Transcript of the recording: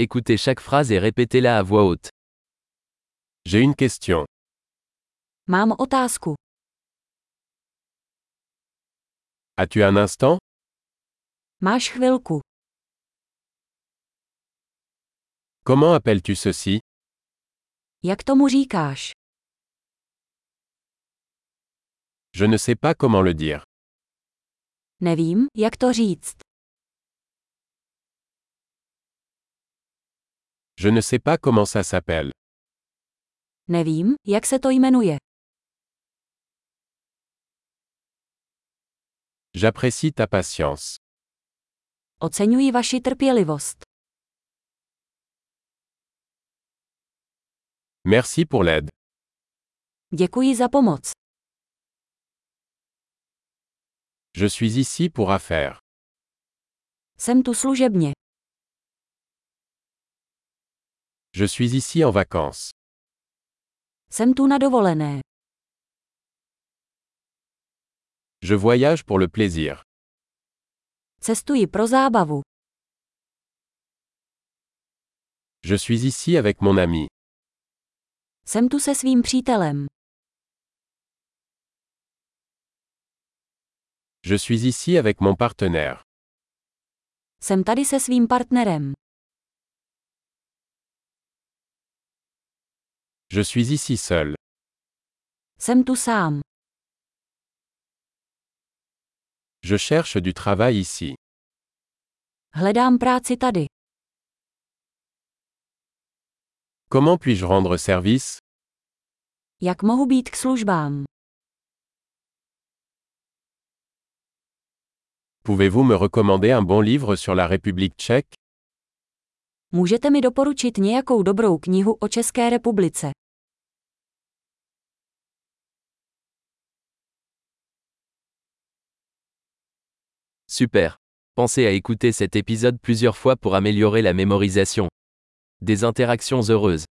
Écoutez chaque phrase et répétez-la à voix haute. J'ai une question. Mám otázku. As-tu un instant Máš chvilku. Comment appelles-tu ceci Jak tomu říkáš? Je ne sais pas comment le dire. Nevím, jak to říct. Je ne sais pas comment ça s'appelle. Nevím, jak se to jmenuje. J'apprécie ta patience. Oceňuji vaši trpělivost. Merci pour l'aide. Děkuji za pomoc. Je suis ici pour affaires. Jsem tu služebně. Je suis ici en vacances. Jsem tu na dovolené. Je voyage pour le plaisir. Cestuji pro zábavu. Je suis ici avec mon ami. Jsem tu se svým přítelem. Je suis ici avec mon partenaire. Jsem tady se svým partnerem. Je suis ici seul. Jsem tu sám. Je cherche du travail ici. Hledám práci tady. Comment puis-je rendre service Jak mohu být k službám? Pouvez-vous me recommander un bon livre sur la République tchèque Můžete mi doporučit nějakou dobrou knihu o České republice? Super. Pensez à écouter cet épisode plusieurs fois pour améliorer la mémorisation. Des interactions heureuses.